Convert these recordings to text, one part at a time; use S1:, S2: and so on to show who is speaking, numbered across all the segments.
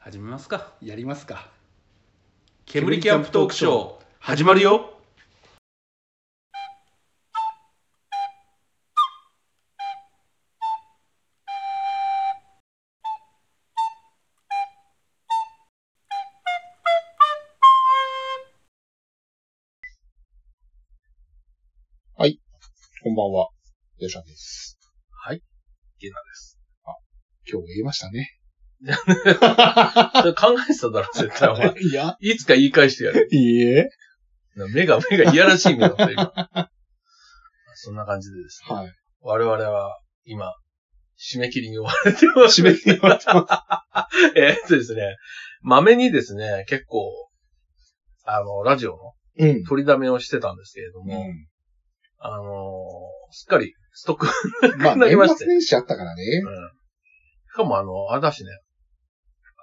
S1: 始めますか
S2: やりますか
S1: 煙キャンプトークショー始まるよ
S2: こんばんは。ヨシャです。
S3: ゲナです。
S2: 今日も言えましたね。
S3: それ考えてただろ、絶対お前。
S2: いや、
S3: いつか言い返してやる。
S2: いいえ。
S3: 目が、目がいやらしい目だった、今。 そんな感じでですね。
S2: はい。
S3: 我々は、今、締め切りに追われてます。
S2: 締め切りは
S3: えーっとですね、まめにですね、結構、あの、ラジオの
S2: うん。
S3: 取りだめをしてたんですけれども、
S2: う
S3: あのーすっかりストック、
S2: ん。まあ、
S3: なりま
S2: 年
S3: し
S2: 末
S3: て
S2: 年始あったからね。
S3: うん。しかもあの、あれだしね、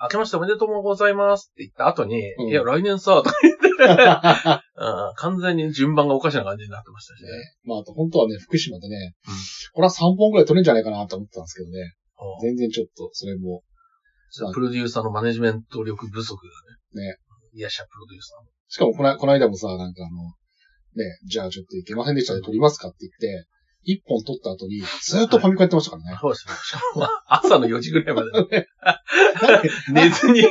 S3: 明けましておめでとうございますって言った後に、
S2: うん
S3: いや、来年さ、
S2: ね
S3: うん完全に順番がおかしな感じになってましたしね。
S2: まあ、あと本当はね、福島でね
S3: うん、
S2: これは3本くらい取れんじゃないかなと思ってたんですけどね。
S3: うん
S2: 全然ちょっと、それも、
S3: ちょっとプロデューサーのマネジメント力不足だね。
S2: ね。
S3: いやっしゃ、プロデューサー も。
S2: しかもこのこの間もさ、なんかあの、ね、じゃあちょっといけませんでしたで取りますかって言って、1本取った後に、ずーっとファミコンやってましたからね。
S3: そうですね。しかも、朝の4時ぐらいまで。寝ずに、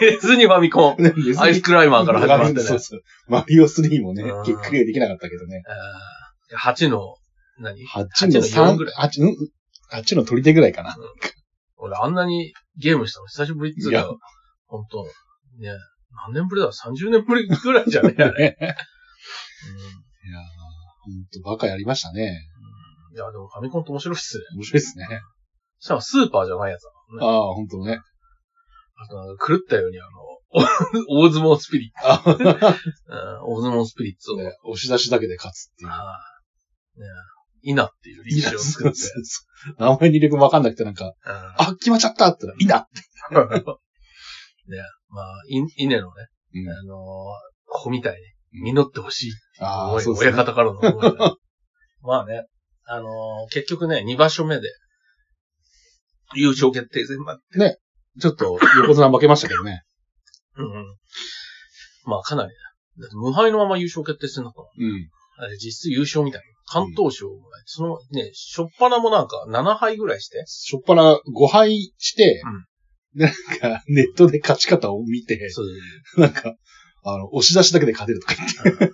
S3: 寝ずにファミコン。
S2: ね別に
S3: アイスクライマーから始まってね。
S2: そうそうマリオ3もね
S3: うん、
S2: 結局できなかったけどね。
S3: えー8の、何
S2: 8の
S3: 8の4
S2: 3
S3: ぐらい、
S2: 8の、8の取り手ぐらいかな。
S3: 俺あんなにゲームしたの久しぶりって言
S2: い
S3: ったら、ほんと、ね、何年ぶりだろ ?30 年ぶりぐらい じゃねえあれ。
S2: ね
S3: う
S2: いやー、ほんとバカやりましたね。
S3: んいや、でもファミコンって面白いっすね。
S2: 面白いですね。
S3: しかもスーパーじゃないやつだからね。
S2: ああ、ほんとね。
S3: あとなんか狂ったようにあの、 大相撲スピリ
S2: あ
S3: ッツ、うん大相撲スピリッツを、
S2: ね押し出しだけで勝つっていう。
S3: はいね、イナっていう
S2: いい
S3: 力
S2: な
S3: 士を作って、
S2: そうそうそう 名前入れ分わかんなくてなんか、
S3: うん
S2: あ、決まっちゃったってな、いいな。
S3: ね、まあ、イイネのね、
S2: うん
S3: あのー子みたいに実ってほしいって
S2: あ
S3: 思
S2: あ、
S3: い
S2: そう
S3: の
S2: です
S3: 親
S2: ね。
S3: 方からの思いで まあね、あのー結局ね、2場所目で、優勝決定戦まで。
S2: ちょっと横綱負けましたけどね。
S3: うんうん、まあ、かなりね。だって無敗のまま優勝決定戦だったもん
S2: うん。
S3: あれ実質優勝みたいな。関東賞もない。そのね、しょっぱなもなんか7敗ぐらいして。
S2: しょっぱな5敗して、でなんかネットで勝ち方を見て、
S3: そう
S2: なんか、あの、押し出しだけで勝てるとか言っ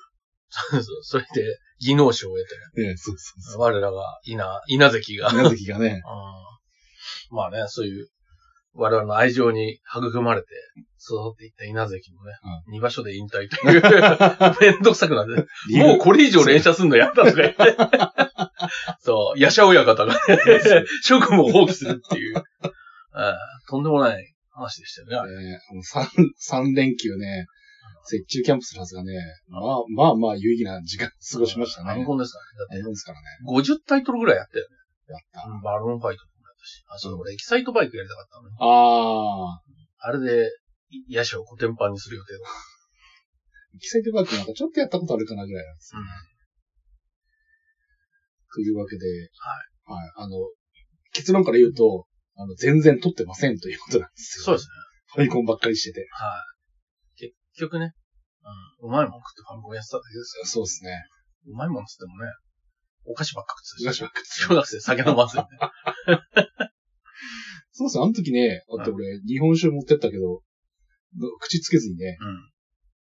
S3: そう そう。それで、技能賞を得て、
S2: てね。 そうそうそ
S3: 我らが稲、稲関が。
S2: う。宮崎がね、
S3: うんまあね、そういう、我々の愛情に育まれて、育っていった稲関もね、二2場所で引退という、 めんどくさくなって、
S2: 理
S3: もう
S2: 由
S3: これ以上連射すんのやったとか言 って。そう、ヤシャ親方がね、職務を放棄するっていう、うんとんでもない話でしたよねあれ。
S2: ね、もう三、三連休ね、雪中キャンプするはずがね、まあまあまあ有意義な時間過ごしましたね。
S3: ア
S2: あ
S3: ンコンですからね。だって
S2: れですからね。
S3: 50タイトルぐらいやったよね。
S2: やった。
S3: バルーンファイトもやったし。あ、そう、俺エキサイトバイクやりたかったのね。
S2: ああ、
S3: あれで、野手をコテンパンにする予定だっ
S2: キセバックなんかちょっとやったことあるかなぐらいなんです
S3: た。。うん
S2: というわけで、はい。あの、結論から言うと、あの、全然撮ってませんということなんですよ。
S3: そうですね。
S2: ファミコンばっかりしてて。
S3: はい。結局ね、うん、うまいもん食ってファミコンやってただけですよ。
S2: そうですね。
S3: うまいもんっつってもね、お菓子ばっか食って
S2: 昔
S3: たし。
S2: ばっ
S3: 小学
S2: かり
S3: 生酒飲ませて、ね。
S2: そうですね。あの時ね、だって俺、日本酒持ってったけど、口つけずにね、
S3: うん。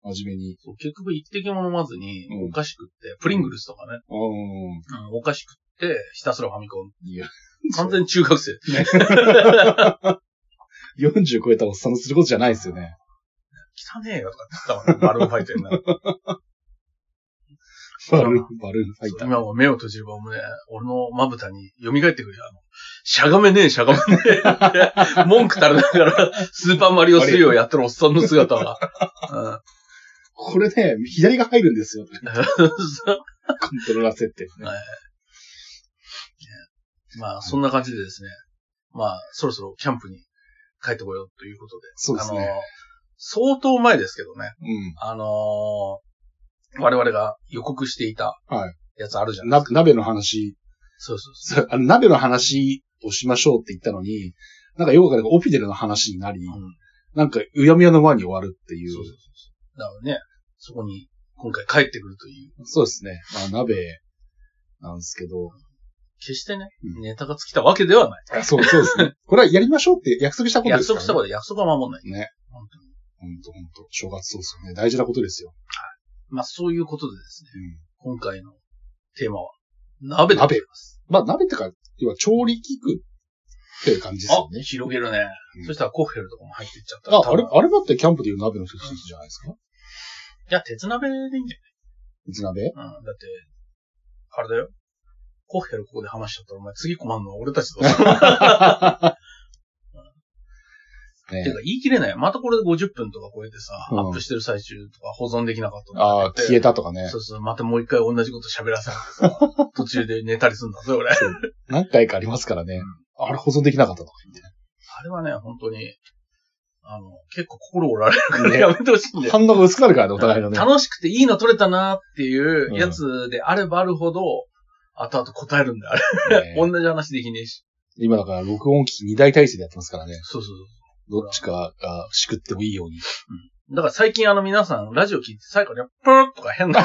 S2: 真面目に。
S3: そう結局一滴も飲まずに
S2: う、ん
S3: お菓子食って、プリングルスとかね、
S2: うん。
S3: うん、お菓子食って、ひたすらファミコン。
S2: いや、
S3: 完全に中学生。
S2: 40超えたおっさんのすることじゃないですよね。
S3: 汚ねえよとかって言 ってたもんね、バルーンファイトになる。
S2: バルーン、バルーンファイター。
S3: 今も目を閉じればもうね、俺のまぶたに蘇ってくるよ。あの、しゃがめねえ、しゃがめねえって、 文句垂れながら、スーパーマリオ3をやってるおっさんの姿が。うん
S2: これね、左が入るんですよ。コントローラー設定ね。
S3: はいまあ、そんな感じでですね、まあ、そろそろキャンプに帰ってこようということで。
S2: そうです
S3: あの
S2: ね。、
S3: 相当前ですけどね、
S2: うん。
S3: あのー我々が予告していた
S2: はい
S3: やつあるじゃない
S2: な
S3: ですか。、
S2: 鍋の話、
S3: そうそうそ
S2: そうあの鍋の話をしましょうって言ったのに、なんかよくわかんないオフィデルの話になり、
S3: う。うん
S2: なんか、うやむやの輪に終わるっていう。
S3: そうそうそうそう。だからね、そこに今回帰ってくるという。
S2: そうですね。まあ、鍋なんですけど。
S3: 決してね
S2: う、ん
S3: ネタが尽きたわけではない。
S2: あそう、そうです ね。これはやりましょうって約束したことで
S3: 約
S2: す
S3: 束
S2: から、ね。
S3: したことで約束は守んない。
S2: ね。
S3: 本当に
S2: ほんとほんと。正月そうですよね。大事なことですよ。
S3: まあそういうことでですね、
S2: う
S3: 今
S2: ん。
S3: 回のテーマは、鍋でございます。
S2: まあ、鍋ってか、要は調理器具っていう感じです
S3: あ
S2: よ、ね。
S3: 広げるね
S2: う。ん
S3: そしたらコッフェルとかも入っていっちゃったら。
S2: あ、
S3: 多
S2: あ
S3: 分
S2: れ、あれだってキャンプでいう鍋の一つじゃないですか
S3: いや、鉄鍋でいいんじ
S2: 水鍋
S3: ゃないうん。だって、あれだよ。コッフェルここで話しちゃったら、お前次困るのは俺たち だぞ。
S2: ね
S3: てか言い切れない。またこれで50分とか超えてさ、
S2: うん
S3: アップしてる最中とか保存できなかったとか
S2: ああ、消えたとかね
S3: そ。うそう、またもう一回同じこと喋らされて さ、途中で寝たりするんだぞ、俺。
S2: 何回かありますからね。あれ保存できなかったとか
S3: あれはね、本当に、あの、結構心折られるから、
S2: ね
S3: やめてほしいん
S2: 言っ
S3: だ
S2: て。
S3: よ。
S2: 反応が薄くなるからね、お互いのね。
S3: 楽しくていいの取れたなっていううんやつであればあるほど、後々答えるんだよ、あれ。
S2: ね
S3: 同じ話できねえし。
S2: 今だから録音機器二大体制でやってますからね。
S3: そうそう
S2: どっちかがしくってもいいように。
S3: そう。だから最近あの皆さん、ラジオ聞いて最後にプーッとか変 な、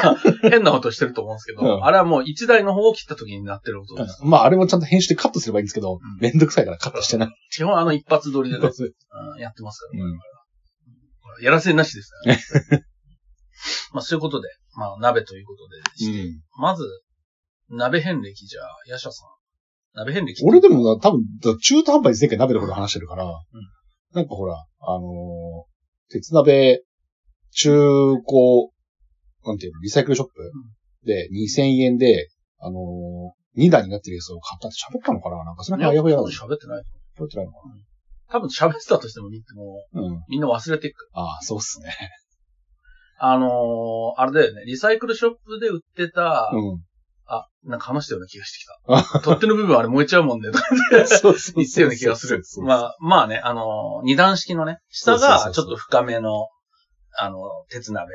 S3: 変な音してると思うんですけど、
S2: うん
S3: あれはもう一台の方を切った時になってる音です。
S2: まあ、あれもちゃんと編集でカットすればいいんですけど、
S3: ん
S2: めんどくさいからカットしてない。
S3: 基本あの一発撮りで ね、
S2: う
S3: うんやってますから。
S2: ん。
S3: やらせなしですからね。 まあそういうことで、まあ鍋ということでして、
S2: うん
S3: まず、鍋遍歴じゃあ、ヤシャさん。鍋遍歴って
S2: 俺でもな、多分、だ中途半端に前回鍋のこと話してるから、
S3: ん
S2: なんかほら、あのー鉄鍋、中古、なんていうの、リサイクルショップで2000円で、あのー、2段になってるやつを買ったって喋ったのかななんかそれ
S3: いや
S2: はあやほやだ
S3: 多分喋ってない。
S2: 喋ってないのか
S3: 多分喋ってたとしても見ても、
S2: なうん。
S3: みんな忘れていく。
S2: ああ、そうっすね。
S3: あのー、あれだよね、リサイクルショップで売ってた、
S2: うん。
S3: あ、なんか話したような気がしてきた。取っ手の部分あれ燃えちゃうもんね、とかって
S2: そうそ
S3: 言ったような気がする。 ま
S2: あ、
S3: あ、まあね、あのー、二段式のね、下
S2: そ
S3: が
S2: う
S3: ち
S2: そうそうそう
S3: ょっと深めの、あのー、鉄鍋。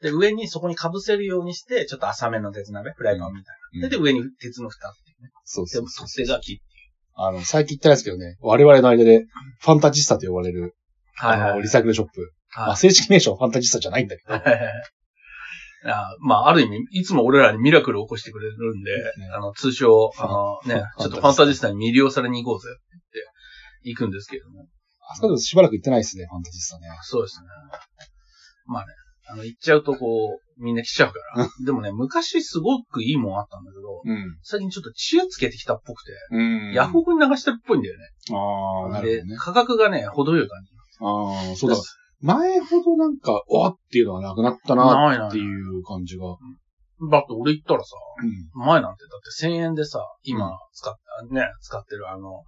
S3: で、上にそこに被せるようにして、ちょっと浅めの鉄鍋、フライパンみたいな。で、で上に鉄の蓋っていうね。
S2: そうそ
S3: で
S2: う
S3: も、
S2: そう
S3: 取っ手が切って。
S2: あの、最近言ってないですけどね、我々の間で、ファンタジスタと呼ばれる、
S3: はい
S2: あ
S3: は
S2: の、
S3: い
S2: リ。サイクルショップ。ま
S3: は
S2: あ、正式名称はファンタジスタじゃないんだけど。
S3: いあまあ、ある意味、いつも俺らにミラクルを起こしてくれるんで、
S2: ね
S3: あの、通称、あのね、ちょっとファンタジスタに魅了されに行こうぜって言って、行くんですけれども。
S2: あそこでもしばらく行ってないですね、ファンタジスタね。
S3: そうですね。まあね、あの、行っちゃうとこう、みんな来ちゃうから。でもね、昔すごくいいもんあったんだけど、
S2: うん。
S3: 最近ちょっと知恵つけてきたっぽくて、
S2: うん
S3: ヤフオクに流してるっぽいんだよね。
S2: ああ、なる
S3: で
S2: ほどね、。
S3: 価格がね、程よい感じ。
S2: ああ、そうだ
S3: で。す
S2: 前ほどなんか、おーっていうのはなくなったな、
S3: ないな
S2: って
S3: い。
S2: いう感じが。う
S3: だって俺行ったらさ、
S2: ん。
S3: 前なんてだって1000円でさ、今使った、ね、使ってるあの、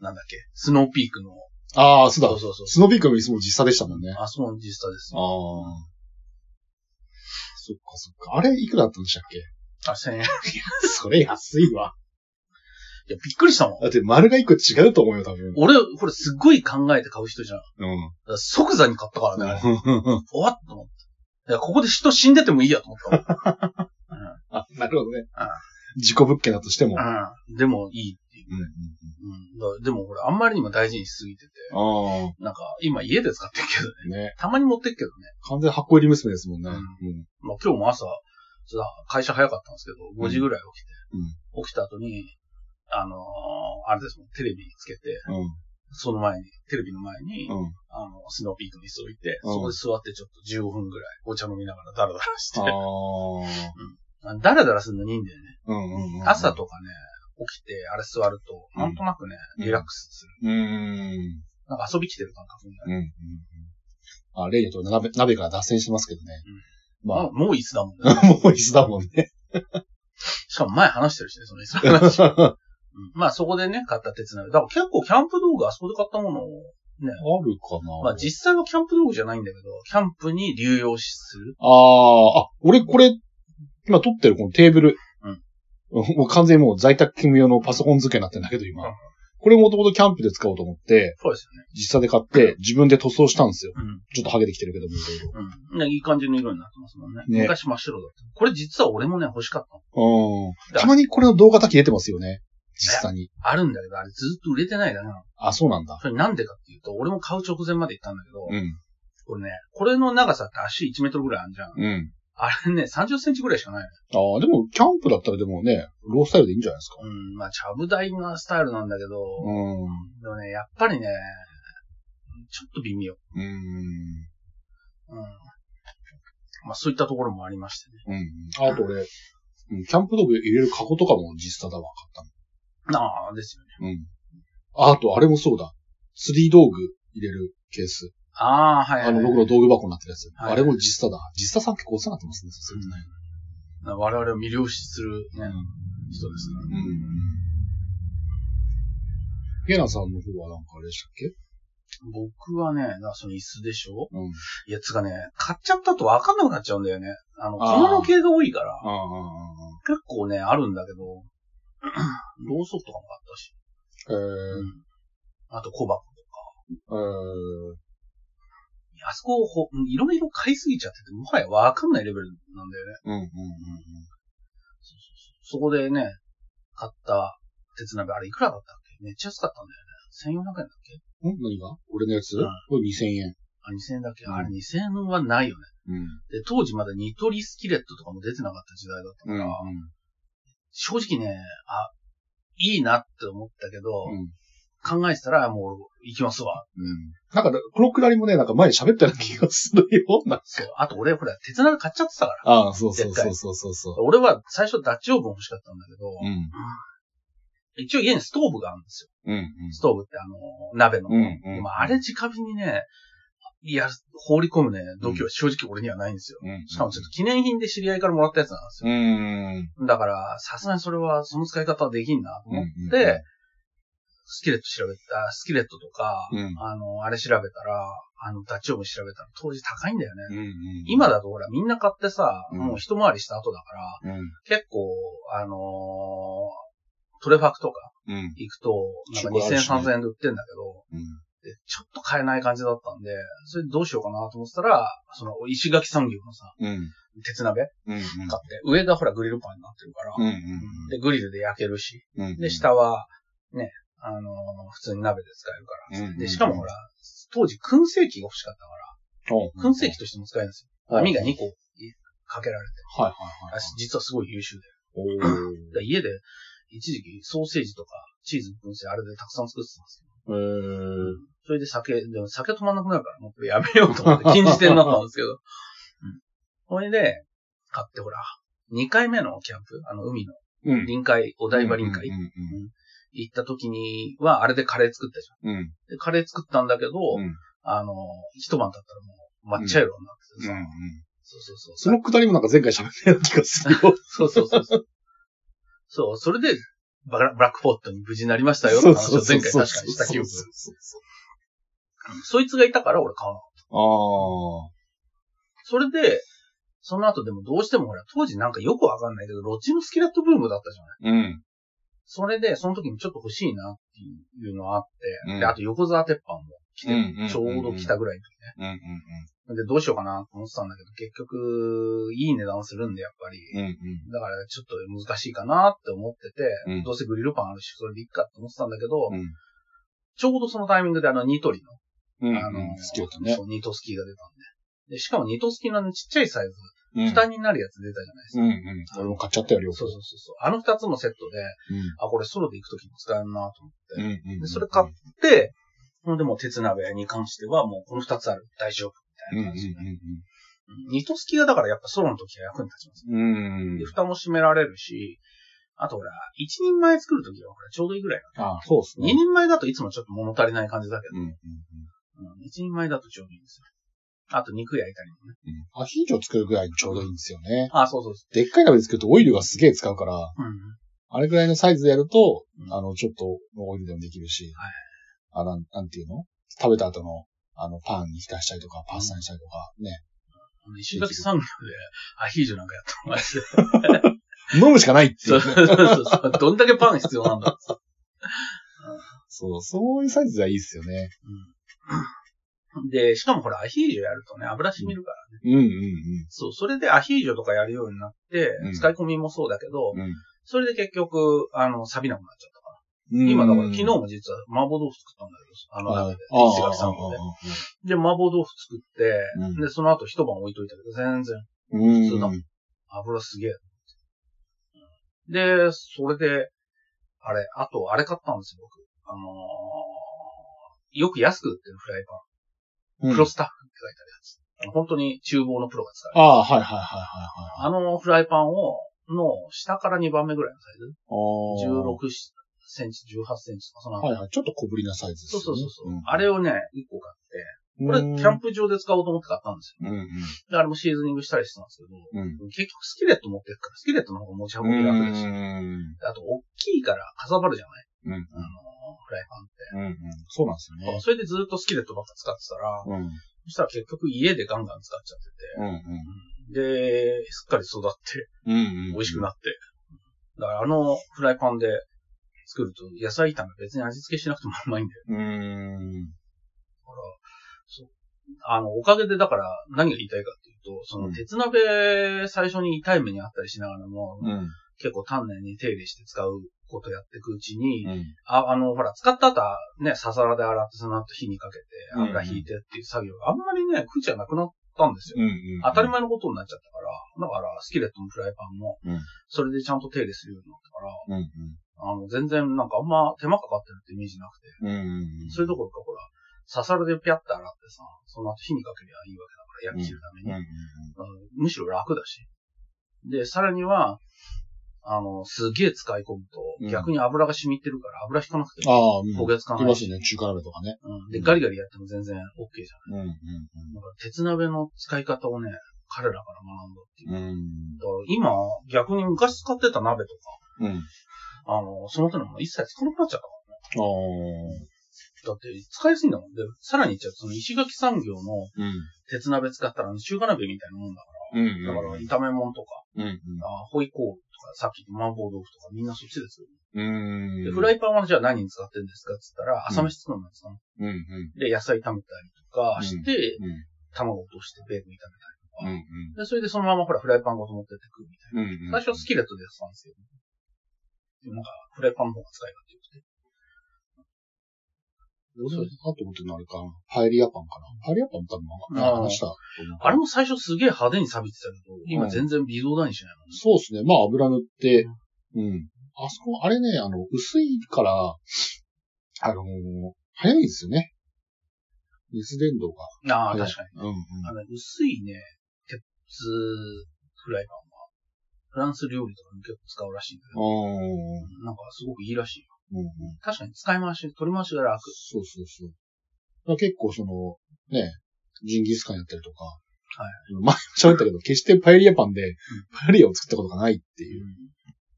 S3: なんだっけ、スノーピークの、
S2: ああ、そ
S3: そ
S2: うだ
S3: う。そうそう、
S2: スノーピークの椅子も実写でしたもんね。ああ。
S3: あそこの実際です。
S2: そっかそっか。あれ、いくらだったんでしたっけ
S3: あ、1000円。いや、
S2: それ安いわ。
S3: びっくりしたもん。
S2: だって丸が一個違うと思うよ、多分。
S3: 俺、これすっごい考えて買う人じゃん。だか
S2: うん。
S3: ら即座に買ったからね、あれ
S2: うん
S3: おわっと思って。いや、ここで人死んでてもいいやと思ったもん。
S2: あなるほどね。自己物件だとしても。うん
S3: うん。でもいいっていう。
S2: うん
S3: うんだからでも俺、あんまりにも大事にしすぎてて。
S2: うんあ
S3: なんか、今家で使ってるけどね。
S2: あ、ね。
S3: たまに持ってくけどね。
S2: 完全箱入り娘ですもんね。
S3: う
S2: うんん。
S3: まあ今日も朝、ちょっと会社早かったんですけど、5時ぐらい起きて。起きた後に、あのーあれですもん、テレビつけて、
S2: うん。
S3: その前に、テレビの前に、
S2: うん。うん。
S3: あの、スノーピークに置いて、
S2: うん
S3: そこで座ってちょっと15分ぐらいお茶飲みながらダラダラして。
S2: あ
S3: ダラダラするのにいいんだよね。
S2: あ。うんうんうん。
S3: 朝とかね、起きて、あれ座ると、
S2: うん
S3: なんとなくね、
S2: うん
S3: リラックスする。
S2: うーん。
S3: なんか遊び来てる感覚になる。
S2: うんうんうん。あ、例によって鍋、鍋から脱線してますけどね。
S3: まあ、
S2: ま
S3: もう椅子だもんね。
S2: あ、もう椅子だもんね。
S3: しかも前話してるしね、その椅子の話。うんまあ、そこでね、買った鉄鍋。だから結構キャンプ道具、あそこで買ったものを、ね。
S2: あるかな
S3: まあ、実際はキャンプ道具じゃないんだけど、キャンプに流用する。
S2: ああ、あ、俺これ、今撮ってるこのテーブル。
S3: うん
S2: うん。もう完全にもう在宅勤務用のパソコン付けになってんだけど、今
S3: うん。
S2: これもともとキャンプで使おうと思って、
S3: そうですよね。
S2: 実際で買って、自分で塗装したんですよ。
S3: うん。
S2: ちょっとハゲてきてるけども、いろいろ
S3: うん。ねいい感じの色になってますもんね。
S2: ね
S3: 昔真っ白だった。これ実は俺もね、欲しかったの。
S2: うん。たまにこれの動画だけ出てますよね。実際に。
S3: あるんだけど、あれずっと売れてないだな。
S2: あ、そうなんだ。
S3: それなんでかっていうと、俺も買う直前まで行ったんだけど、
S2: うん。
S3: これね、これの長さって足1メートルぐらいあるじゃん。
S2: うん。
S3: あれね、30センチぐらいしかないの。
S2: ああ、でも、キャンプだったらでもね、ロースタイルでいいんじゃないですか。
S3: うん、まあ、ちゃぶ台なスタイルなんだけど、
S2: うん。う
S3: でもね、やっぱりね、ちょっと微妙。
S2: ーん。
S3: うん。まあ、そういったところもありましてね。
S2: うん。あと俺、うんキャンプ道具入れるカゴとかも実際だわ、買っ
S3: ああ、ですよね。
S2: たの。うん。ああと、あれもそうだ。釣り道具入れるケース。
S3: ああ、はい、はい。
S2: あの、僕の道具箱になってるやつ。
S3: はい
S2: あれも実際だ。実際さん結構お世話になってますね、そうするとね。
S3: うん我々を魅了する、ね、人ですね。
S2: うん。ゲナさんの方はなんかあれでしたっけ
S3: 僕はね、だからその椅子でしょ
S2: うん。
S3: いや、つかね、買っちゃったと分かんなくなっちゃうんだよね。あの、
S2: あー
S3: 小物系が多いから、
S2: ああ、
S3: 結構ね、あるんだけど、 ろうそくとかもあったし、
S2: えー、
S3: あと小箱とか。
S2: えー、
S3: あそこをほ、いろいろ買いすぎちゃってて、もはや分かんないレベルなんだよね。
S2: うん、うん、うん。
S3: そこでね、買った鉄鍋、あれいくらだったっけめっちゃ安かったんだよね。1400円だっけ
S2: ん何が俺のやつ、
S3: うん
S2: これ2000円。
S3: あ、2000円だっけ、
S2: うん
S3: あれ2000円はないよね。
S2: うん。
S3: で、当時まだニトリスキレットとかも出てなかった時代だったか
S2: うん。
S3: ら、
S2: う
S3: 正直ね、あ、いいなって思ったけど、
S2: ん。
S3: 考えてたらもう行きますわ。
S2: うん。なんか、このくだりもね、なんか前喋ったような気がするような。
S3: そう。あと俺、ほら、鉄鍋買っちゃってたから。
S2: ああ、そう
S3: そうそう
S2: そうそうそ
S3: 俺は最初ダッチオーブン欲しかったんだけど、
S2: うん。
S3: 一応家にストーブがあるんですよ。
S2: うん。
S3: ストーブってあの、鍋の。
S2: うんうん
S3: まあ、あれ直火にね、いや、放り込むね、度胸は正直俺にはないんですよ。
S2: うん。
S3: しかもちょっと記念品で知り合いからもらったやつなんです
S2: う
S3: よ。
S2: ん。
S3: だから、さすがにそれは、その使い方はできんなと思って、
S2: うんうんうん
S3: スキレット調べた、スキレットとか、
S2: うん
S3: あの、あれ調べたら、あの、ダッチオーブン調べたら当時高いんだよね。
S2: うん。
S3: 今だとほら、みんな買ってさ、
S2: うん
S3: もう一回りした後だから、
S2: うん。
S3: 結構、あのートレファクとか
S2: うん。
S3: 行くと、なんか
S2: 中古ある
S3: 2000、
S2: しね
S3: 3000円で売ってんだけど、
S2: うん。
S3: で、ちょっと買えない感じだったんで、それどうしようかなと思ってたら、その、石垣産業のさ、
S2: うん。
S3: 鉄鍋買
S2: うん。
S3: って、上がほらグリルパンになってるから、
S2: うん。
S3: で、グリルで焼けるし、
S2: うん。
S3: で、。下は、ね、あのー普通に鍋で使えるから、
S2: うん
S3: で、しかもほら、当時燻製機が欲しかったから、燻製機としても使えるんですよ。網が2個かけられて、
S2: はいはい
S3: あ
S2: はい。
S3: 実はすごい優秀で。
S2: お
S3: で家で、一時期ソーセージとかチーズの燻製あれでたくさん作ってたんですけど、
S2: えー。
S3: それで酒、でも酒止まんなくなるから、もうやめようと思って禁じ手になったんですけど。うんそれで、買ってほら、2回目のキャンプ、あの、海の、
S2: うん。
S3: 臨海、お台場臨海
S2: うん。
S3: 行った時には、あれでカレー作ったじゃ
S2: うん。うん。
S3: ん。で、カレー作ったんだけど、
S2: うん
S3: あの、一晩経ったらもう、抹茶色になっててさ、そうそうそう。
S2: そのくだりもなんか前回喋ったような気がするよ。
S3: そうそうそうそう。そう、それで、バラブラックポットに無事になりましたよって話を前回確かにした記憶。そいつがいたから俺買わなかっ
S2: ああ。
S3: た。それで、その後でもどうしてもほら、当時なんかよくわかんないけど、ロッチのスキレットブームだったじゃない。
S2: うん。
S3: それで、その時にちょっと欲しいなっていうのがあって、
S2: うん
S3: で、あと横沢鉄板も来て、
S2: うんうんうんうん
S3: ちょうど来たぐらいの時ね。
S2: うんうん
S3: で、どうしようかなと思ってたんだけど、結局、いい値段するんで、やっぱり。
S2: うん。うん
S3: だから、ちょっと難しいかなって思ってて、
S2: うん
S3: どうせグリルパンあるし、それでいいかって思ってたんだけど、
S2: うん
S3: ちょうどそのタイミングであの、ニトリ
S2: うん。うん。
S3: の、あの、
S2: 好きだったね。
S3: そうニトスキーが出たんで。で、しかもニトスキーのあのちっちゃいサイズ、
S2: うん
S3: 蓋になるやつ出たじゃないです
S2: う
S3: か。
S2: んうん。俺も買っちゃったよ、両方。
S3: そうそうそうそう。あの二つもセットで、
S2: う
S3: あ、これソロで行くときも使えるなと思
S2: ん。うんうん。
S3: って。で、それ買って、ほんでもう鉄鍋に関してはもうこの二つある。大丈夫。
S2: う
S3: みたい
S2: んうん
S3: な感じでね。うんニトスキーがだからやっぱソロの時は役に立ちます。
S2: うん。うん
S3: で、。蓋も閉められるし、あとほら、一人前作るときはほらちょうどいいぐらいな
S2: あそうです
S3: の。
S2: ね
S3: 二。人前だといつもちょっと物足りない感じだけ
S2: うんうんうん。
S3: ど、うん一人前だとちょうどいいんですよ。あと肉焼いたりもね。
S2: アヒージョ作るぐらいにちょうどいいんですよね。
S3: あ、そうそうそ
S2: でっかい鍋で作るとオイルがすげえ使うから、
S3: う。うん。
S2: あれぐらいのサイズでやると
S3: う、ん
S2: あの、ちょっとオイルでもできるし、あ、なん、なんていうの食べた後の、あの、パンに浸したりとか、パスタにしたりとか、ね。
S3: 石垣産業でアヒージョなんかやったのマジで。
S2: 飲むしかないってい
S3: そうう。そうそうそう。 どんだけパン必要なんだっつって
S2: そう、そういうサイズはいいっすよね。
S3: うんで、しかもほら、アヒージョやるとね、油染みるから。
S2: うんうん
S3: そう、それでアヒージョとかやるようになって
S2: う、ん
S3: 使い込みもそうだけど
S2: う、ん。うん。
S3: それで結局、あの、錆びなくなっちゃったか今だから昨日も実は麻婆豆腐作ったんだけど、あの鍋で、石垣さんもね。で、麻婆豆腐作っ
S2: う
S3: て、
S2: ん
S3: で、その後一晩置いといたけど、全然
S2: 普
S3: 普通だもん油すげえ。で、それで、あれ、あと、あれ買ったんですよ、僕。あのー、よく安く売ってるフライパン。クロスタッフって書いてあるやつ。あの本当に厨房のプロが使う。
S2: ああ、はいはいはいはいはい。
S3: あのフライパンを、の下から2番目ぐらいのサイズ
S2: あー。
S3: 16センチ、18センチとか、その辺
S2: はいはい。ちょっと小ぶりなサイズです
S3: そう
S2: よね。
S3: そうそうそう、
S2: ん
S3: あれをね、1個買って、これ、
S2: うん
S3: キャンプ場で使おうと思って買ったんです
S2: うんうん
S3: よ。で、あれもシーズニングしたりしてたんですけど、
S2: うん。
S3: 結局スキレット持ってるから、スキレットの方が持ち運び楽だし、
S2: うん
S3: あと、大きいからかさばるじゃない
S2: うんう
S3: あ
S2: ん
S3: のー、フライパンって。
S2: うんうん。そうなんですよね。
S3: それでずっとスキレットばっか使ってたら、
S2: うん
S3: そしたら結局家でガンガン使っちゃ
S2: うん
S3: ってて、で、すっかり育って、
S2: うん。うんうん。
S3: 美味しくなって。だからあのフライパンで作ると野菜炒め別に味付けしなくてもうまいんだよ。
S2: うー
S3: だか
S2: ん。
S3: ら、そう。あの、おかげでだから何が言いたいかっていうと、その鉄鍋最初に痛い目にあったりしながらも、
S2: うん。
S3: 結構丹念に手入れして使うことやっていくうちに、
S2: うん。
S3: あ、あの、ほら、使った後はね、ささらで洗って、その後火にかけて、
S2: うん
S3: 油引いてっていう作業があんまりね、苦じゃなくなったんですよ。
S2: うんうん。
S3: 当たり前のことになっちゃったから、だから、スキレットもフライパンも
S2: うん、
S3: それでちゃんと手入れするようになったから、
S2: 前。
S3: あの、全然なんかあんま手間かかってるってイメージなくて、
S2: うんうんうん。
S3: それどころかほら、ささらでピャッて洗ってさ、その後火にかけりゃいいわけだから、焼き切るため
S2: うん
S3: にうん
S2: うん、
S3: むしろ楽だし。で、さらには、あの、すげえ使い込む
S2: う
S3: と、
S2: ん
S3: 逆に油が染みてるから、油引かなくても
S2: ああ、うん。
S3: 焦げつか
S2: あ
S3: な
S2: り
S3: い
S2: ますよね。中華鍋とかね。
S3: うんで、ガリガリやっても全然 OK じゃ
S2: うんうん
S3: ん。だから鉄鍋の使い方をね、彼らから学んだっていう。
S2: うん。
S3: だか
S2: うん。
S3: ら今、逆に昔使ってた鍋と
S2: うん。
S3: か、あの、その手のもの一切使わなくなっちゃったか
S2: ああ。
S3: ら。だって、使いすぎだもん。で、さらに言っちゃうと、その石垣産業の
S2: うん。
S3: 鉄鍋使ったら、中華鍋みたいなもんだか
S2: うんうん。
S3: ら。だから、炒め物とか、
S2: うん
S3: あホイコールとか、さっきの麻婆豆腐とか、みんなそっちですよ。
S2: うん。
S3: で、
S2: うん。
S3: フライパンはじゃあ何に使ってんですかって言ったら、朝飯作るんですか、
S2: うんうん。
S3: で、野菜炒めたりとかして、
S2: うん
S3: 卵落としてベーグル炒めたり
S2: うんうん。
S3: で、それでそのままほら、フライパンごと持ってって食うみたい
S2: うんうん。
S3: な。最初はスキレットでやってたんですよ。でもなんか、フライパンの方が使い勝手良くて。
S2: そうそう。あと思ってるのあれかな。パエリアパンかな。パエリアパン多分
S3: ああ
S2: 話した。
S3: あれも最初すげえ派手に錆びてたけど、今全然微動だにしないもんね。
S2: そうですね。まあ油塗って、うん。あそこ、あれね、あの、薄いから、あのー早いんですよね。熱伝導が。
S3: ああ、確かに。
S2: に。うんうん。
S3: あのね、薄いね、鉄フライパンは、フランス料理とかに結構使うらしいんだけど、
S2: うん
S3: なんかすごくいいらしいよ。
S2: うんうん。
S3: 確かに使い回し、取り回しが楽。
S2: そうそうそう。まあ結構その、ね、ジンギスカンやったりとか、はい前も喋ったけど、決してパエリアパンで、パエリアを作ったことがないっていう。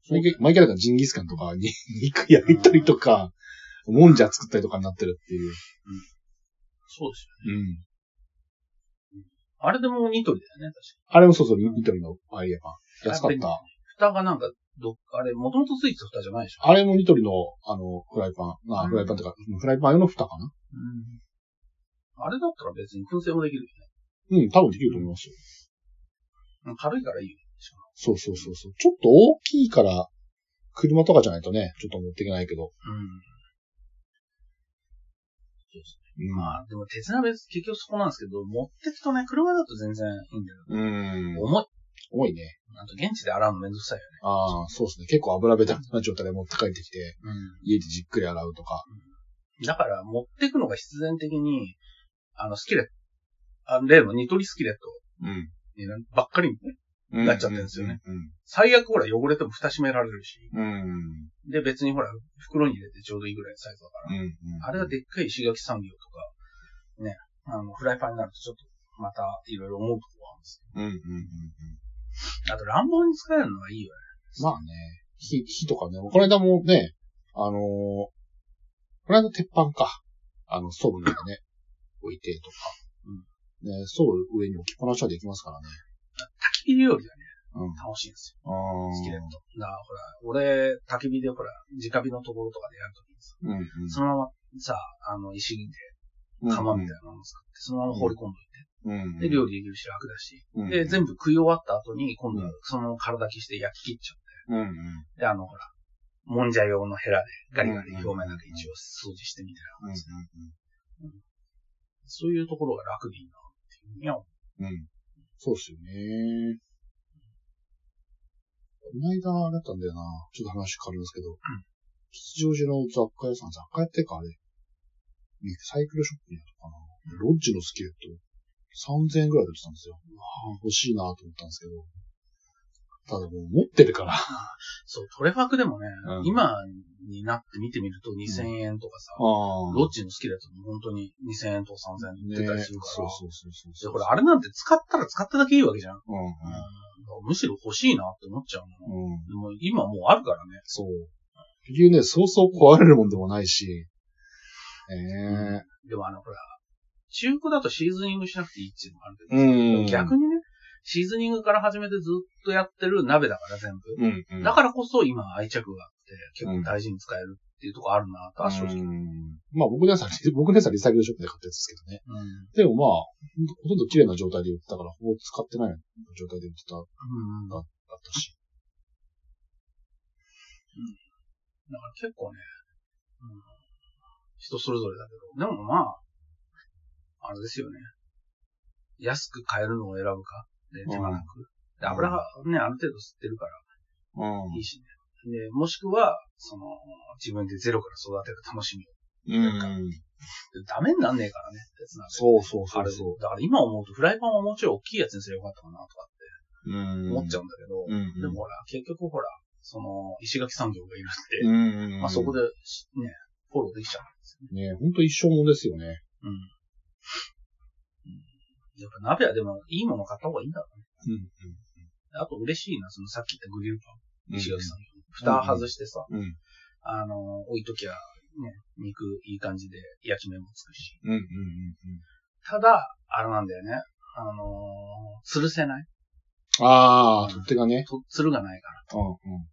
S2: 毎回、毎回だからジンギスカンとかに肉焼いたりとか、もんじゃ作ったりとかになってるっていう。
S3: そうですよ。
S2: うん。
S3: あれでもニトリだよね、確か
S2: あれもそうそう、ニトリのパエリアパン。安かっ
S3: やっぱ
S2: た。
S3: 蓋がなんか、どっあれ、もともとついてた蓋じゃないでしょ。
S2: あれもニトリの、あの、フライパン。まあ、
S3: うん
S2: フライパンとか、フライパン用の蓋か
S3: う
S2: な
S3: ん。あれだったら別に燻製もできるよ
S2: うん、多分できると思いますよ。
S3: ね。軽いからいいよ。しか
S2: そうそうそうそう。ちょっと大きいから、車とかじゃないとね、ちょっと持っていけないけど。
S3: もうん。
S2: うん。
S3: まあ、でも鉄鍋、結局そこなんですけど、持ってくとね、車だと全然いいんだけ
S2: うん
S3: ど、。重い。
S2: 重いね。
S3: あと現地で洗うのめんどくさいよね。
S2: ああ、そうですね。結構油べたな状態で持って帰ってきて、家でじっくり洗うとか。
S3: うん。だから、持ってくのが必然的に、あの、スキレット、あ例のニトリスキレット
S2: うん。
S3: になばっかりに、なっちゃってるんですよね。最悪ほら汚れても蓋閉められるし、
S2: うん。うん。
S3: で別にほら、袋に入れてちょうどいいぐらいのサイズだから、
S2: うん。
S3: あれがでっかい石垣産業とか、ね、あの、フライパンになるとちょっと、また、いろいろ思うところがあるんです
S2: うん。うん。うん。うん。
S3: よ。あと、乱暴に使えるのはいいよね。
S2: まあね、火、火とかね、この間もね、あのーこの間鉄板か。あの、ストー ブの上でね、置いてとか。ね、ストーブ上に置きっぱなしはできますからね。
S3: 焚き火料理がね、
S2: うん。
S3: 楽しいんですよ。
S2: あ
S3: スキレット。だから、ほら、俺、焚き火でほら、直火のところとかでやるときにさ、
S2: うん、
S3: そのままさ、あの、石で
S2: うん。
S3: 釜みたいなのを作って、そのまま放り込ん
S2: うん。うん。
S3: でいて、で、料理できるし楽だし、
S2: 理
S3: で、全
S2: 部。
S3: 部食い終わった後に、今度
S2: う
S3: は
S2: ん
S3: その体消して焼き切っちゃ
S2: うん。うん。
S3: う。で、あの、ほら、もんじゃ用のヘラでガリガリ表面だけ一応掃除してみたいな感じで。そういうところが楽でいいなっていうふうには思う
S2: うん。うん。そうっすよね。この間、だったんだよな。ちょっと話変わりますけど。吉祥寺の雑貨屋さん、雑貨屋ってかあれ、リサイクルショップにあったかな。ロッジのスキレット、3000円ぐらいで売ってたんですよ。うわあ欲しいなと思ったんですけど。ただもう持ってるから。あ
S3: そう、トレファクでもね、
S2: うん
S3: 今になって見てみると2000円とかさ、ロッジの好きだと本当に2000円とか3000円出たりするから。
S2: そうそうそうそう
S3: で、ほら、あれなんて使ったら使っただけいいわけじゃん。
S2: うんう
S3: う
S2: ん
S3: んだからむしろ欲しいなって思っちゃうの。
S2: うん。
S3: でも今もうあるからね。
S2: そう。結局ね、そうそう壊れるもんでもないし。ええ
S3: でもあの、ほら、中古だとシーズニングしなくていいっていうのもあるけどさ、
S2: うん
S3: 逆にね、シーズニングから始めてずっとやってる鍋だから全部。
S2: うんうん。
S3: だからこそ今愛着があって、結構大事に使えるっていうところあるなとは正直。
S2: うんまあ僕のやつは、 僕のやつはリサイクルショップで買ったやつですけどね。
S3: うん
S2: でもまあ、ほとんど綺麗な状態で売ってたから、ほぼ使ってない状態で売ってた、だ
S3: うんうんだか
S2: ったし。
S3: ら結構ね、うん、人それぞれだけど、でもまあ、あれですよね。安く買えるのを選ぶか、で、手間なく。で、油はね、ある程度吸ってるから
S2: う
S3: いいしね。で、もしくは、その、自分でゼロから育てる楽しみ。
S2: ん。
S3: でダメになんねえからね、鉄鍋。
S2: そうそうそ
S3: あ
S2: う
S3: れ
S2: そ
S3: だから今思うとフライパンはもうちろん大きいやつにすればよかったかなとか
S2: う。うん
S3: って思っちゃ
S2: う。
S3: うんだけど、
S2: うんうん。
S3: でもほら、結局ほら、その、石垣産業がいるって、
S2: うん。
S3: まあ、そこでし、ね、フォローできちゃうんですよね。
S2: ね、ほんと一生もんですよね。
S3: うん。やっぱ鍋はでも、いいもの買った方がいいんだろうね。
S2: うん。
S3: あと嬉しいな、そのさっき言ったグリルパン、石垣さん。
S2: うん
S3: 蓋外してさ、
S2: うん。
S3: あのー、置いときゃ、ね、肉いい感じで焼き目もつくし。
S2: うん。うん。
S3: ただ、あれなんだよね。あのー、吊るせない。
S2: ああ、取っ手がね。
S3: と、吊るがないか
S2: うん。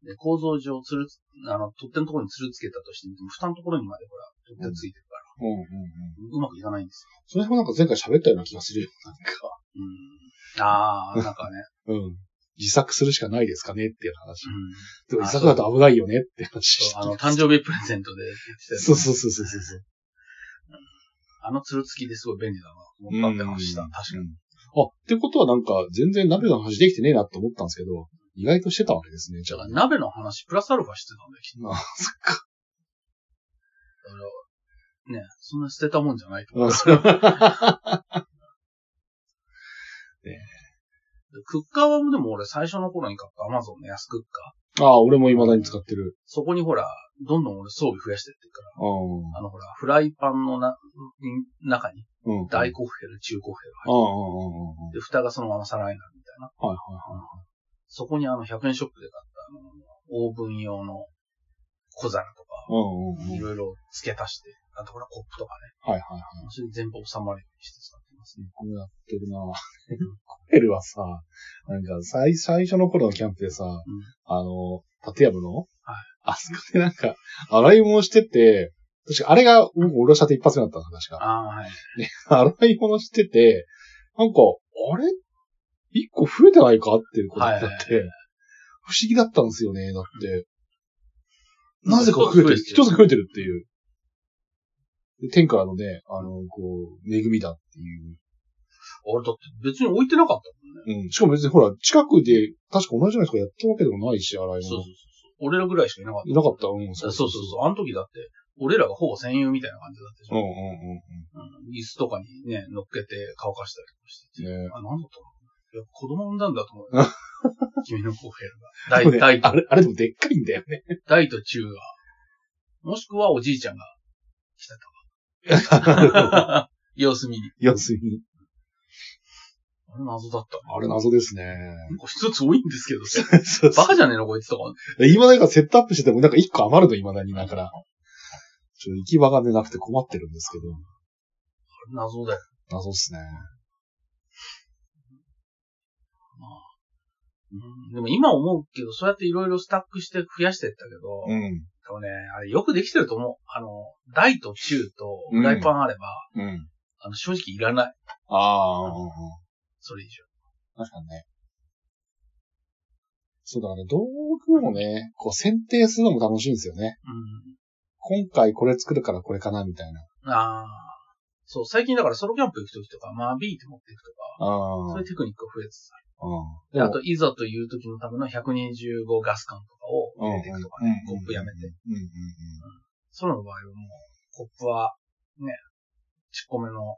S3: ら。で、構造上、吊るつ、あの、取っ手のところに吊るつけたとしても、蓋のところにまでほら、取っ手ついてるから、
S2: うん。うん。うん。
S3: うまくいかないんですよ。
S2: その辺もなんか前回喋ったような気がするよ。なん
S3: うん。あ
S2: か。
S3: ー、なんかね。
S2: うん。自作するしかないですかねっていう話。
S3: うん。
S2: でも自作だと危ないよねって話して
S3: そうあ の、誕生日プレゼントで言ってたやつ
S2: そうそうそうそうそう。
S3: あのつるつきですごい便利だなと思ったって話した。確かに。
S2: あ、ってことはなんか全然鍋の話できてねえなって思ったんですけど、意外としてたわけですね、じ
S3: だ
S2: ゃ
S3: か
S2: あ
S3: ら
S2: ね。
S3: 鍋の話、プラスアルファしてたんだよ、きっ
S2: まあ、そっか。
S3: と。だから、ね、そんな捨てたもんじゃないと思
S2: ま
S3: う
S2: あ、。それは。
S3: クッカーはでも俺最初の頃に買ったアマゾンの安クッカー。
S2: ああ、俺も未だに使ってる。
S3: そこにほら、どんどん俺装備増やしてってるから。
S2: うん。
S3: あのほら、フライパンのな、ん中に、
S2: うん。
S3: 大コフヘル、中コフヘル
S2: うんうん
S3: 入っ
S2: うんうんうん。
S3: てるで、蓋がそのまま皿になるみたいな。
S2: はいはいはい。
S3: そこにあの100円ショップで買った、あの、オーブン用の小皿とか、
S2: うんうん
S3: い
S2: うん。
S3: ろいろ付け足して、あとほら、コップとかね。
S2: はいはいはい。
S3: それで全部収まるようにして使ってますね。
S2: こうやってるなコエルはさ、なんか最、最初の頃のキャンプでさ、あの、立山の、
S3: はい
S2: あそこでなんか、洗い物してて、確かあれが、僕、俺の下で一発目だったの、確か。
S3: ああ、はい。
S2: 洗い物してて、なんか、あれ一個増えてないかっていうことになって、
S3: はいはい
S2: 不思議だったんですよね、だって。なぜか増えてる。
S3: 一
S2: 一
S3: つ
S2: つ増えてるっていう。で天からのね、あの、こう、恵みだっていう。
S3: 俺だって別に置いてなかったもんね。
S2: うん。しかも別にほら、近くで、確か同じような人がやったわけでもないし、洗い物。
S3: そうそうそうそう。俺らぐらいしかいなかった。
S2: いなかった。うん、
S3: そうそうそう。あの時だって、俺らがほぼ専用みたいな感じだったでし
S2: うんう
S3: ょ。
S2: んうんうん。
S3: うん椅子とかにね、乗っけて乾かしたりとかしてて。
S2: ね
S3: あ、なんだったのいや、子供産んだんだと思う よ。君のコヘルが。大、大
S2: あ
S3: と、
S2: れ、あれでもでっかいんだよ ね。
S3: 大と中が。もしくはおじいちゃんが来てたか。 様子見に。
S2: 要するに。
S3: あれ謎だったな。
S2: あれ謎ですね。
S3: なんか一つ多いんですけどね。
S2: そう
S3: バ
S2: そ
S3: カじゃねえのこいつとか。
S2: う。今だになんかセットアップしててもなんか一個余るの、今だにだから。ちょっと行き場がねなくて困ってるんですけど。
S3: 謎だよ。
S2: 謎っすね。
S3: まあ。うん、でも今思うけど、そうやっていろいろスタックして増やしてったけど、で
S2: ん。
S3: もね、あれよくできてると思う。あの、大と中と
S2: うん
S3: フライパンあれば、
S2: うん。
S3: あの正直いらない。
S2: ああ、うんうん
S3: それ以上。
S2: 確かにね。そうだね、道具をね、こう選定するのも楽しいんですよね。今回これ作るからこれかな、みたいな。
S3: うん。ああ。そう、最近だからソロキャンプ行くときとか、まあビーって持っていくとか、
S2: ああ。
S3: そういうテクニックが増えてた。
S2: うん
S3: であと、いざという時のための125ガス缶とかを入れていくとかね、
S2: うんうん
S3: コップやめて。
S2: うんうん
S3: ソロの場合はもう、コップは、ね、ちっこめの、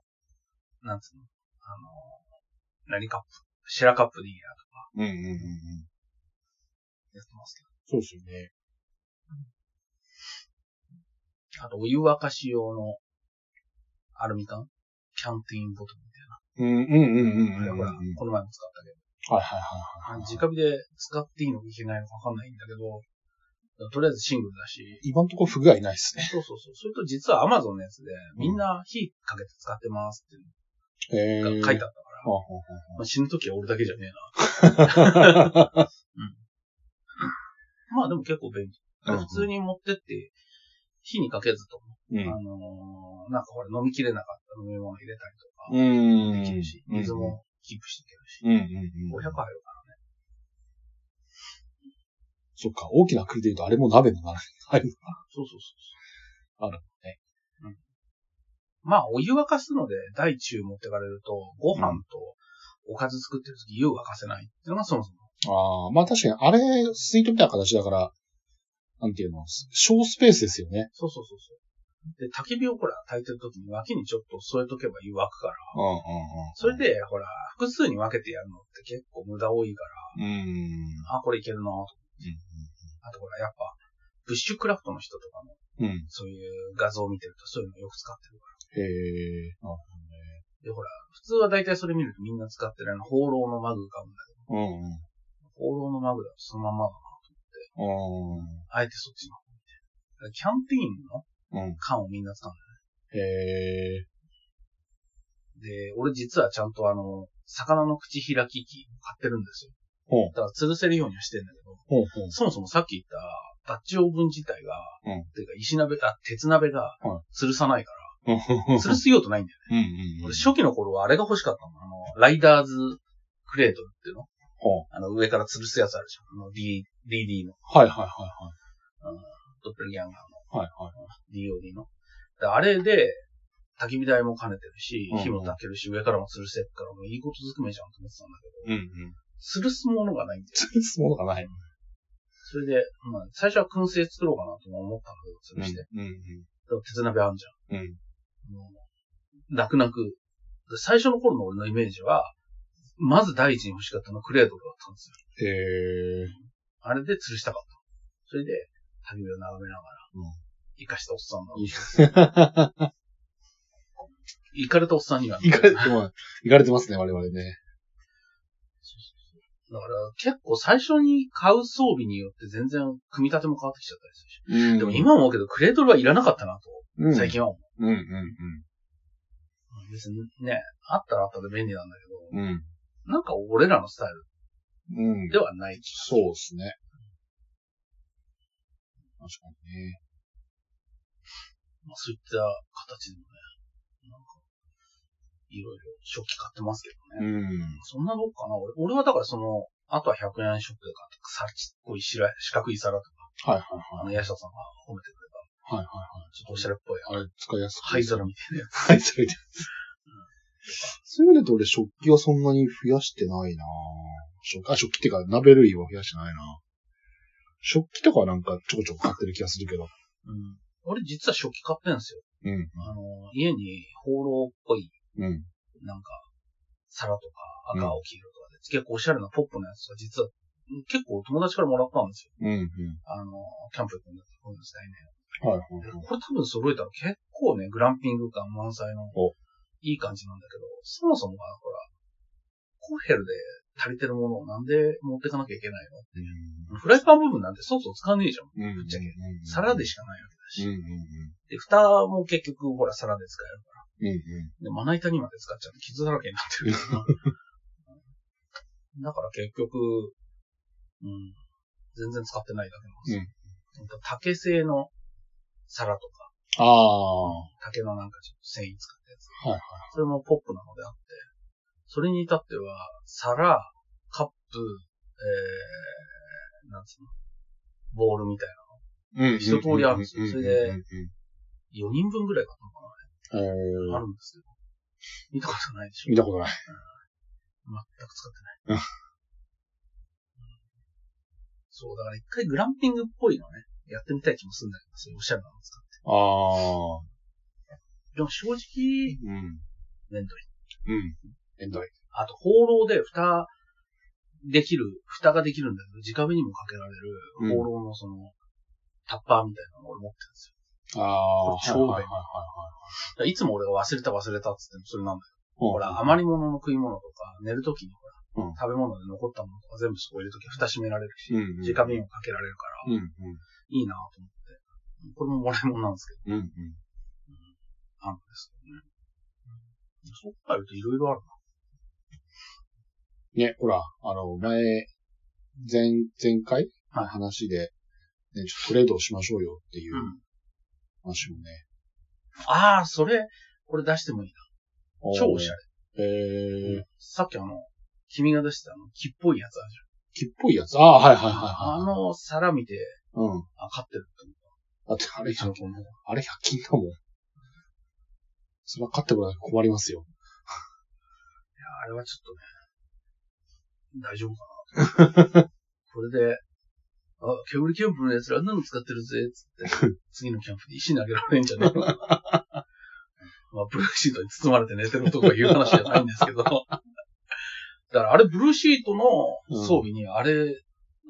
S3: なんつうの、あの、何カップ、シェラカップでいいやとか
S2: うん。うんうんうんうん。
S3: やってます
S2: そうですよね。
S3: けど。あと、お湯沸かし用のアルミ缶キャンティーンボトルみ
S2: うんうんうんうん
S3: たいな。あれほら、
S2: はい
S3: この前も使ったけど。
S2: はいはいはい。
S3: 直火で使っていいのかいけないのかわかんないんだけど、とりあえずシングルだし、
S2: 今んとこ不具合ないですね。
S3: そうそうそう。それと実は Amazon のやつで、みんな火かけて使ってますっていう
S2: え
S3: が書いてあったから、
S2: は
S3: まあ、死ぬときは俺だけじゃねえ
S2: あはあ はあ
S3: な。まあでも結構便利。あれ普通に持ってって、火にかけずとも、
S2: うん
S3: あのーなんかこれ飲みきれなかった飲み物入れたりとか、
S2: うん。
S3: できるし、水もキープしていけるし、
S2: うんうんうん。
S3: 500入るからね。
S2: そっか、大きな国で言うとあれも鍋もならない。
S3: そうそうそうそう。
S2: あるね
S3: うん。まあ、お湯沸かすので、大中持ってかれると、ご飯とおかず作ってるとき湯沸かせないっていうのがそもそも。
S2: ああ、まあ確かに、あれ、スイートみたいな形だから、なんていうの、小スペースですよね。
S3: そうそうそうそう。で、焚き火をほら、焚いてるときに脇にちょっと添えとけば湯沸くから、
S2: うんうん
S3: それで、ほら、複数に分けてやるのって結構無駄多いか
S2: うん。うん。
S3: ら、あ、これいけるなとあとほら、やっぱ、ブッシュクラフトの人とかも、
S2: うん。うん。
S3: そういう画像を見てると、そういうのよく使ってるか
S2: へえ。あ
S3: ら。で、ほら、普通は大体それ見るとみんな使ってるあの、放浪のマグ買うんだけ
S2: うんうん。
S3: ど、放浪のマグだとそのままだ
S2: うん。
S3: な。あえてそっちの方に。キャンティーンの
S2: うん。
S3: 缶をみんな使うんだ
S2: へえ。
S3: よ。で、俺実はちゃんとあの、魚の口開き器買ってるんですよ。
S2: ほう
S3: だから吊るせるようにはしてんだけど、
S2: ほうほう。
S3: そもそもさっき言った、ダッチオーブン自体が、
S2: うん
S3: ていうか石鍋、あ、鉄鍋が
S2: うん、
S3: 吊るさないか
S2: うん
S3: ら、吊るす用途ないんだよ
S2: うんうん。
S3: 俺初期の頃はあれが欲しかったの。あの、ライダーズクレートルっていうの
S2: ほう
S3: あの、上から吊るすやつあるじゃん。あの、D、DD の、
S2: はいはいはいはい。
S3: ドッペルギャンガーの、
S2: はいはい。
S3: DOD の。であれで、焚き火台も兼ねてるし
S2: うんうん、
S3: 火も焚けるし、上からも吊るせるから、もういいことずくめじゃんと思ってたんだけ
S2: うんうん。
S3: ど、吊るすものがないんだよ。
S2: 吊るすものがない。
S3: それで、まあ、最初は燻製作ろうかなとも思ったんだけど、吊るして。で
S2: うん
S3: も鉄鍋あんじ
S2: うん。うん。
S3: ゃん。もう、泣く泣く。で最初の頃の俺のイメージは、まず第一に欲しかったのはクレードルだったんですよ
S2: へえ。
S3: あれで吊るしたかった。それで、旅を眺めながら、
S2: うん
S3: 生かしたおっさんの、
S2: い
S3: 行かれたおっさんには、
S2: いかれてます。いかれてますね、我々ね。
S3: だから、結構最初に買う装備によって全然組み立ても変わってきちゃったりするし。
S2: うん
S3: でも、今思うけど、クレードルはいらなかったな
S2: うん
S3: と、最。近は思う。
S2: うんうん
S3: 別にね、あったらあったで便利なんだけ
S2: うん。うん。
S3: ど、なんか俺らのスタイ
S2: うん
S3: ルではない。
S2: そうですね。確かにね。
S3: まあ、そういった形でもね、なんか、いろいろ食器買ってますけどね。
S2: うん。
S3: そんなどっかな俺俺はだからその、あとは100円ショップで買ったさちっこい白い四角い皿とか、
S2: はいはい
S3: あ
S2: は
S3: の、ヤシャさんが褒めてくれた、
S2: い。はいは
S3: ちょっとおしゃれっぽい、
S2: いはい。あれ、使いやすく。
S3: 灰皿みたいなやつ。
S2: はい、それで。そういう意味で言うと俺、食器はそんなに増やしてないなぁ食あ、食器っていうか、鍋類は増やしてないな食器とかはなんかちょこちょこ買ってる気がするけど。
S3: うん。俺実は食器買ってんすよ。
S2: うん。
S3: あの、家に放浪っぽい、
S2: うん。
S3: なんか、皿とか、赤、青、黄色とかで、結構おしゃれなポップのやつが実は、結構友達からもらったんですよ。
S2: うん。うん。
S3: あの、キャンプ行くんだって、こういうのしたいね。
S2: はいはい
S3: で
S2: はい。
S3: これ多分揃えたら結構ね、グランピング感満載の
S2: お、
S3: いい感じなんだけど、そもそもが、ほら、コヘルで足りてるものをなんで持ってかなきゃいけないのフライパン部分なんてそもそも使わねえじゃん。
S2: うん。
S3: ぶっちゃけ
S2: うん
S3: 皿でしかないわけ
S2: う
S3: だし。
S2: んうん
S3: で、蓋も結局、ほら、皿で使えるか
S2: うん。うん
S3: ら。で、まな板にまで使っちゃって傷だらけになってるよな。 だから結局、うん、全然使ってないだけなんですよ。ほんと竹製の皿とか、
S2: ああ。
S3: 竹のなんかちょっと繊維使ったやつ。
S2: はいはい
S3: それもポップなのであって、それに至っては、皿、カップ、えー、なんつうの、ボールみたい
S2: うん
S3: 一通りあるんですよそれで
S2: うん
S3: な。4人分ぐらい買ったのか
S2: うんうん
S3: な、
S2: え
S3: あ
S2: ー
S3: るんですけど。見たことないでしょ
S2: 見たことない。
S3: 全く使ってない。うんそう、だから一回グランピングっぽいのね、やってみたい気もするんだけど、そういうおしゃれなの使って。
S2: ああ。
S3: でも正直、
S2: うん。
S3: 面倒い。
S2: うん。エンドイ。
S3: あと、放浪で蓋、できる、蓋ができるんだけど、直火にもかけられる、
S2: うん
S3: 放浪のその、タッパーみたいなのを俺持ってるんですよ。
S2: ああ。
S3: これ超便利
S2: はいはいはいはい
S3: だからいつも俺が忘れた忘れたっつってもそれなんだよ。
S2: はい。
S3: ほら、余
S2: り。
S3: り物の食い物とか、寝るときにほら、
S2: うん
S3: 食べ物で残ったものとか全部そこ入れるときは蓋閉められるし、
S2: うんうん
S3: 直火にもかけられるから、
S2: うんうん。
S3: いいなと思って。これももらい物なんですけど。
S2: うんうん。
S3: あるんですけどね。うんそう考えるといろいろある
S2: ね、ほら、あの、前、前、前回
S3: はい
S2: 話で、ね、ちょっとトレードをしましょうよっていう
S3: な。
S2: 話もね。
S3: ああ、それ、これ出してもいいな。超おしゃ
S2: れ。えー
S3: れ。、さっきあの、君が出してたあの、木っぽいやつあるじ
S2: 木っぽいやつ。ああ、はいはい
S3: ゃん。あ
S2: はいはい。
S3: の皿見て、
S2: うん。
S3: あ、買ってるって思っ
S2: だってあ
S3: た。
S2: れ
S3: うち
S2: 100
S3: の子も
S2: あれ100均だもん。それは買ってもらえば困ります
S3: い
S2: よ。
S3: やあれはちょっとね、大丈夫かな。これで、あ、煙キャンプのやつらあんなの使ってるぜ、つって、次のキャンプで石投げられんじゃねえかな。まあ、ブルーシートに包まれて寝てるとかいう話じゃないんですけど。だからあれ、ブルーシートの装備に、あれ、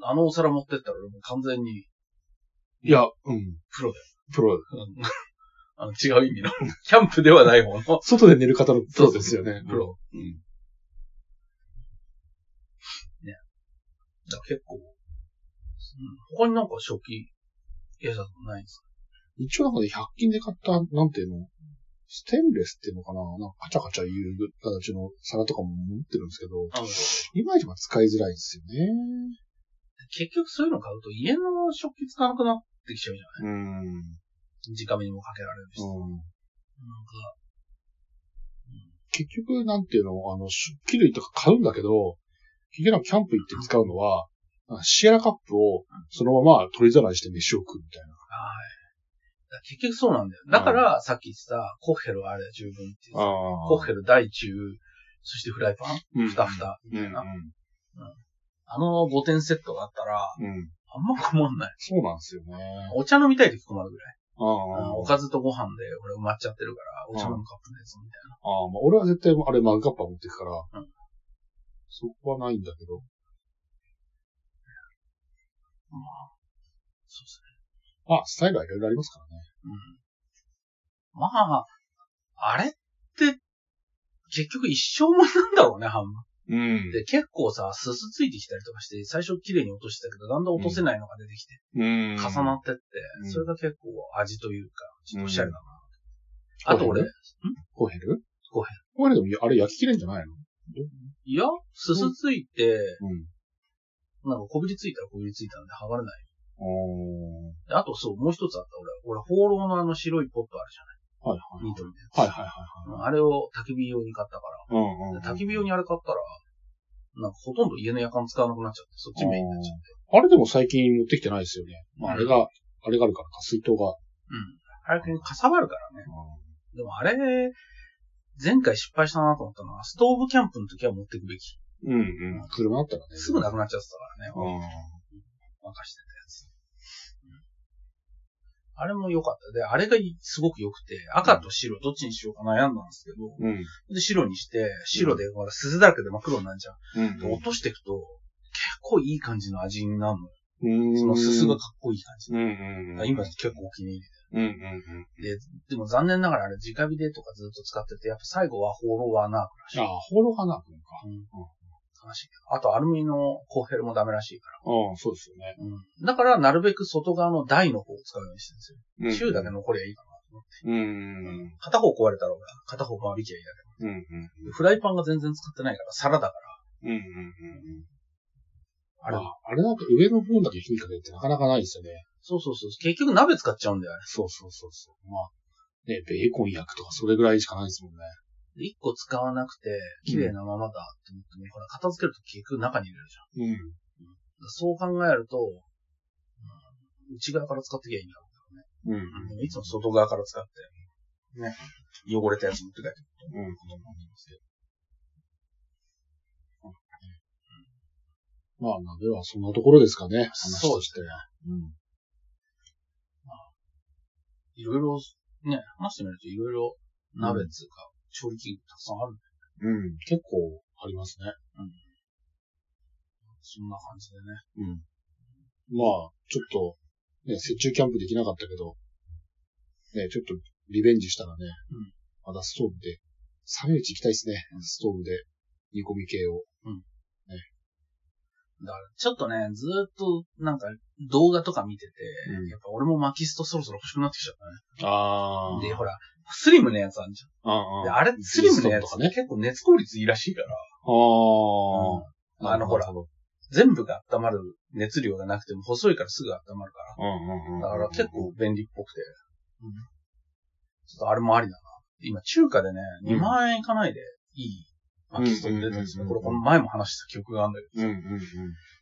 S3: あのお皿持ってったらもう完全に、
S2: いや、うん。
S3: プロだ
S2: プロ。
S3: うんあの違う意味の、キャンプではない方の、
S2: 外で寝る方のプロですよね。
S3: プロ。
S2: うん。
S3: だから結構、うん、他になんか食器、やつはないんですか
S2: 一応なんかね、100均で買った、なんていうの、ステンレスっていうのかななんかカチャカチャいう形の皿とかも持ってるんですけど、
S3: あの
S2: いまいちまあ使いづらいんですよね。
S3: 結局そういうの買うと家の食器使わなくなってきちゃうじゃな
S2: うん。うん。
S3: い直火にもかけられるし。なんか、
S2: 結局、なんていうの、あの、食器類とか買うんだけど、結局なんかキャンプ行って使うのは、なんかシエラカップをそのまま取りざらいして飯を食うみたいな。
S3: はい。だから結局そうなんだよ。だから、さっき言ってた、コッヘルはあれ十分っていう。
S2: あ
S3: コッヘル、大中、そしてフライパン、
S2: うん
S3: ふたふた、み
S2: う
S3: た
S2: ん。
S3: いな。あの5点セットがあったら、
S2: うん。
S3: あんま困んない。
S2: そうなんですよね。
S3: お茶飲みたい時困るぐらい。
S2: あ
S3: うん
S2: あ。
S3: おかずとご飯で俺埋まっちゃってるから、お茶飲むカップのやつみたいな。
S2: ああ、まあ、俺は絶対、あれ、マグカッパー持ってくから、
S3: うん
S2: そこはないんだけど。
S3: まあ、そうですね。
S2: あ、スタイルはいろいろありますからね。
S3: うんまあ、あれって、結局一生ものなんだろうね、半分。
S2: うん
S3: で、結構さ、すすついてきたりとかして、最初綺麗に落としてたけど、だんだん落とせないのが出てきて、
S2: うん
S3: 重なってって、
S2: うん
S3: それが結構味というか、ちょっとおしゃれだな。
S2: うん
S3: あと俺、
S2: こコーヘル
S3: コーヘ
S2: ル。コーヘルでも、あれ焼き切れんじゃないの
S3: いや、すすついて、
S2: うん。
S3: なんかこびりついたらこびりついたんで剥がれない。
S2: おー。
S3: であとそう、もう一つあった俺、俺、放浪のあの白いポットあるじ
S2: はい
S3: ゃ
S2: は
S3: ない
S2: い。
S3: ニトリで。
S2: はいはいはい
S3: うん
S2: は
S3: あれを焚き火用に買ったから、
S2: い。うんうんうん。
S3: 焚き火用にあれ買ったら、なんかほとんど家の夜間使わなくなっちゃって、そっちメインになっちゃって。
S2: あれでも最近持ってきてないですよね。まあ、あれが、あれがあるからか、水筒
S3: う
S2: が。
S3: ん。あれ、かさばるからね。でもあれ、前回失敗したなと思ったのは、ストーブキャンプの時は持ってくべき。
S2: うんうん。車だったらね。
S3: すぐなくなっちゃってたからね。
S2: うん。
S3: 任してたやつ。うんあれも良かった。で、あれがすごく良くて、赤と白どっちにしようか悩んだんですけど、
S2: うん。
S3: で、白にして、白で、ほら、鈴だらけで真っ黒になるじゃん。
S2: うん
S3: 落としていくと、結構いい感じの味になるのよ。
S2: うん。
S3: その鈴がかっこいい感じ。
S2: うんうんうん。
S3: 今結構お気に入り。
S2: うんうん
S3: でも残念ながらあれ、直火でとかずっと使ってて、やっぱ最後はホーローはなくらし
S2: うん。
S3: い。
S2: ああ、ホロハナ君か。
S3: うん悲しいけど。あとアルミのコーヘルもダメらしいか
S2: うん、そうですよね。
S3: ら。だから、なるべく外側の台の方を使うようにしてるんですよ。
S2: う
S3: 中
S2: ん
S3: だけ残りゃいいかなと思って。
S2: うんうん
S3: 片方壊れたら、ほら片方バーベキューやる。
S2: うん。うんうん
S3: フライパンが全然使ってないから、皿だか
S2: うんうんうん。
S3: ら。
S2: あ
S3: あ
S2: れ、
S3: れ、
S2: あれなんか上の方だけ火にかけるってなかなかないですよね。
S3: そうそうそう。結局鍋使っちゃうんだよ、あれ。
S2: そうそうそうそう。まあ、ね、ベーコン焼くとかそれぐらいしかないですもんね。
S3: で一個使わなくて、綺麗なままだって思っても、ほら、片付けると結局中に入れるじゃん。
S2: うん。
S3: そう考えると、うん内側から使ってきゃいいんだろ
S2: うん。
S3: う、いつも外側から使って、ね、汚れたやつ持って帰ってくると思うことなんですけど。
S2: まあ、鍋はそんなところですかね。話として。うん。
S3: いろいろ、ね、話してみるといろいろ鍋っていうか、調理器具たくさんあるんで、
S2: うん。結構ありますね。
S3: そんな感じでね。
S2: うん。まあ、ちょっと、ね、雪中キャンプできなかったけど、ね、ちょっとリベンジしたらね、
S3: うん
S2: まだストーブで、寒いうち行きたいですね。ストーブで煮込み系を。
S3: だから、ちょっとね、ずーっと、なんか、動画とか見てて、
S2: うん
S3: やっぱ俺も巻きストそろそろ欲しくなってきちゃった
S2: あ
S3: ね。で、ほら、スリムのやつあるじゃん。で
S2: ああ
S3: あれ、スリムのや
S2: ピス
S3: つ
S2: トンとかね
S3: 結構熱効率いいらしいから、
S2: あ
S3: うん
S2: あ。
S3: あのほら
S2: なるど
S3: 全部が温まる熱量がなくても細いからすぐ温まるか
S2: うんうんうん。
S3: ら、だから結構便利っぽくて、ちょっとあれもありだな。今、中華でね、
S2: うん
S3: 2万円いかないでいい巻きスト出てるんですよ。
S2: うん
S3: こ
S2: うんうん
S3: れ、この
S2: うん
S3: 前も話した記憶があるんだけど、
S2: うんうんうん。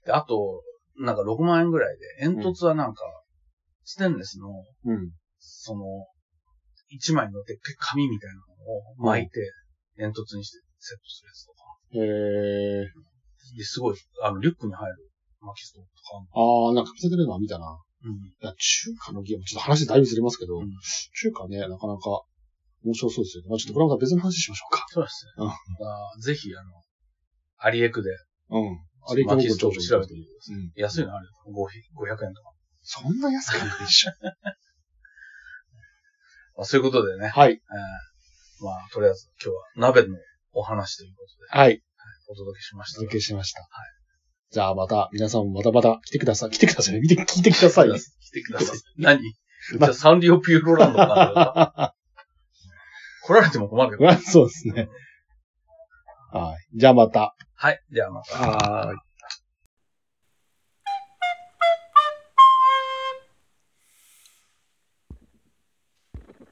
S3: で、あと、なんか6万円ぐらいで、煙突はなんか、ステンレスの、
S2: うん。
S3: その、一枚のでっかい紙みたいなのを巻いて、煙突にしてセットするやつとか。
S2: へえ。
S3: で、すごい、あの、リュックに入る巻きストーブとかあんの。
S2: ああ、なんか見せてるのは見たな。
S3: うん。
S2: いや中華のゲーム、ちょっと話だいぶずれますけど、
S3: うん
S2: 中華ね、なかなか面白そうですよね。まあちょっとこれはまた別の話しましょうか。
S3: そうです
S2: うん
S3: ね。だからぜひ、あの、アリエクで、
S2: うん。あれ、
S3: 巻きストーブ調べてみてくださ
S2: うん。
S3: い。安いのあるよ。500 500円とか。
S2: そんな安くないでしょ。
S3: まあ、そういうことでね。
S2: はい。
S3: えーまあ、とりあえず今日は鍋のお話ということで
S2: はい。
S3: お届けしまし
S2: お
S3: たが。
S2: 届けしました。はい。じゃあまた、皆さんもまたまた来てください。来てください。見て、聞いてください。
S3: 来てください。何じ
S2: ま
S3: ゃあサンリオピューロランドかな来られても困る けど。
S2: そうですね。はい。じゃあまた。
S3: はい。ではまた。
S2: はーい。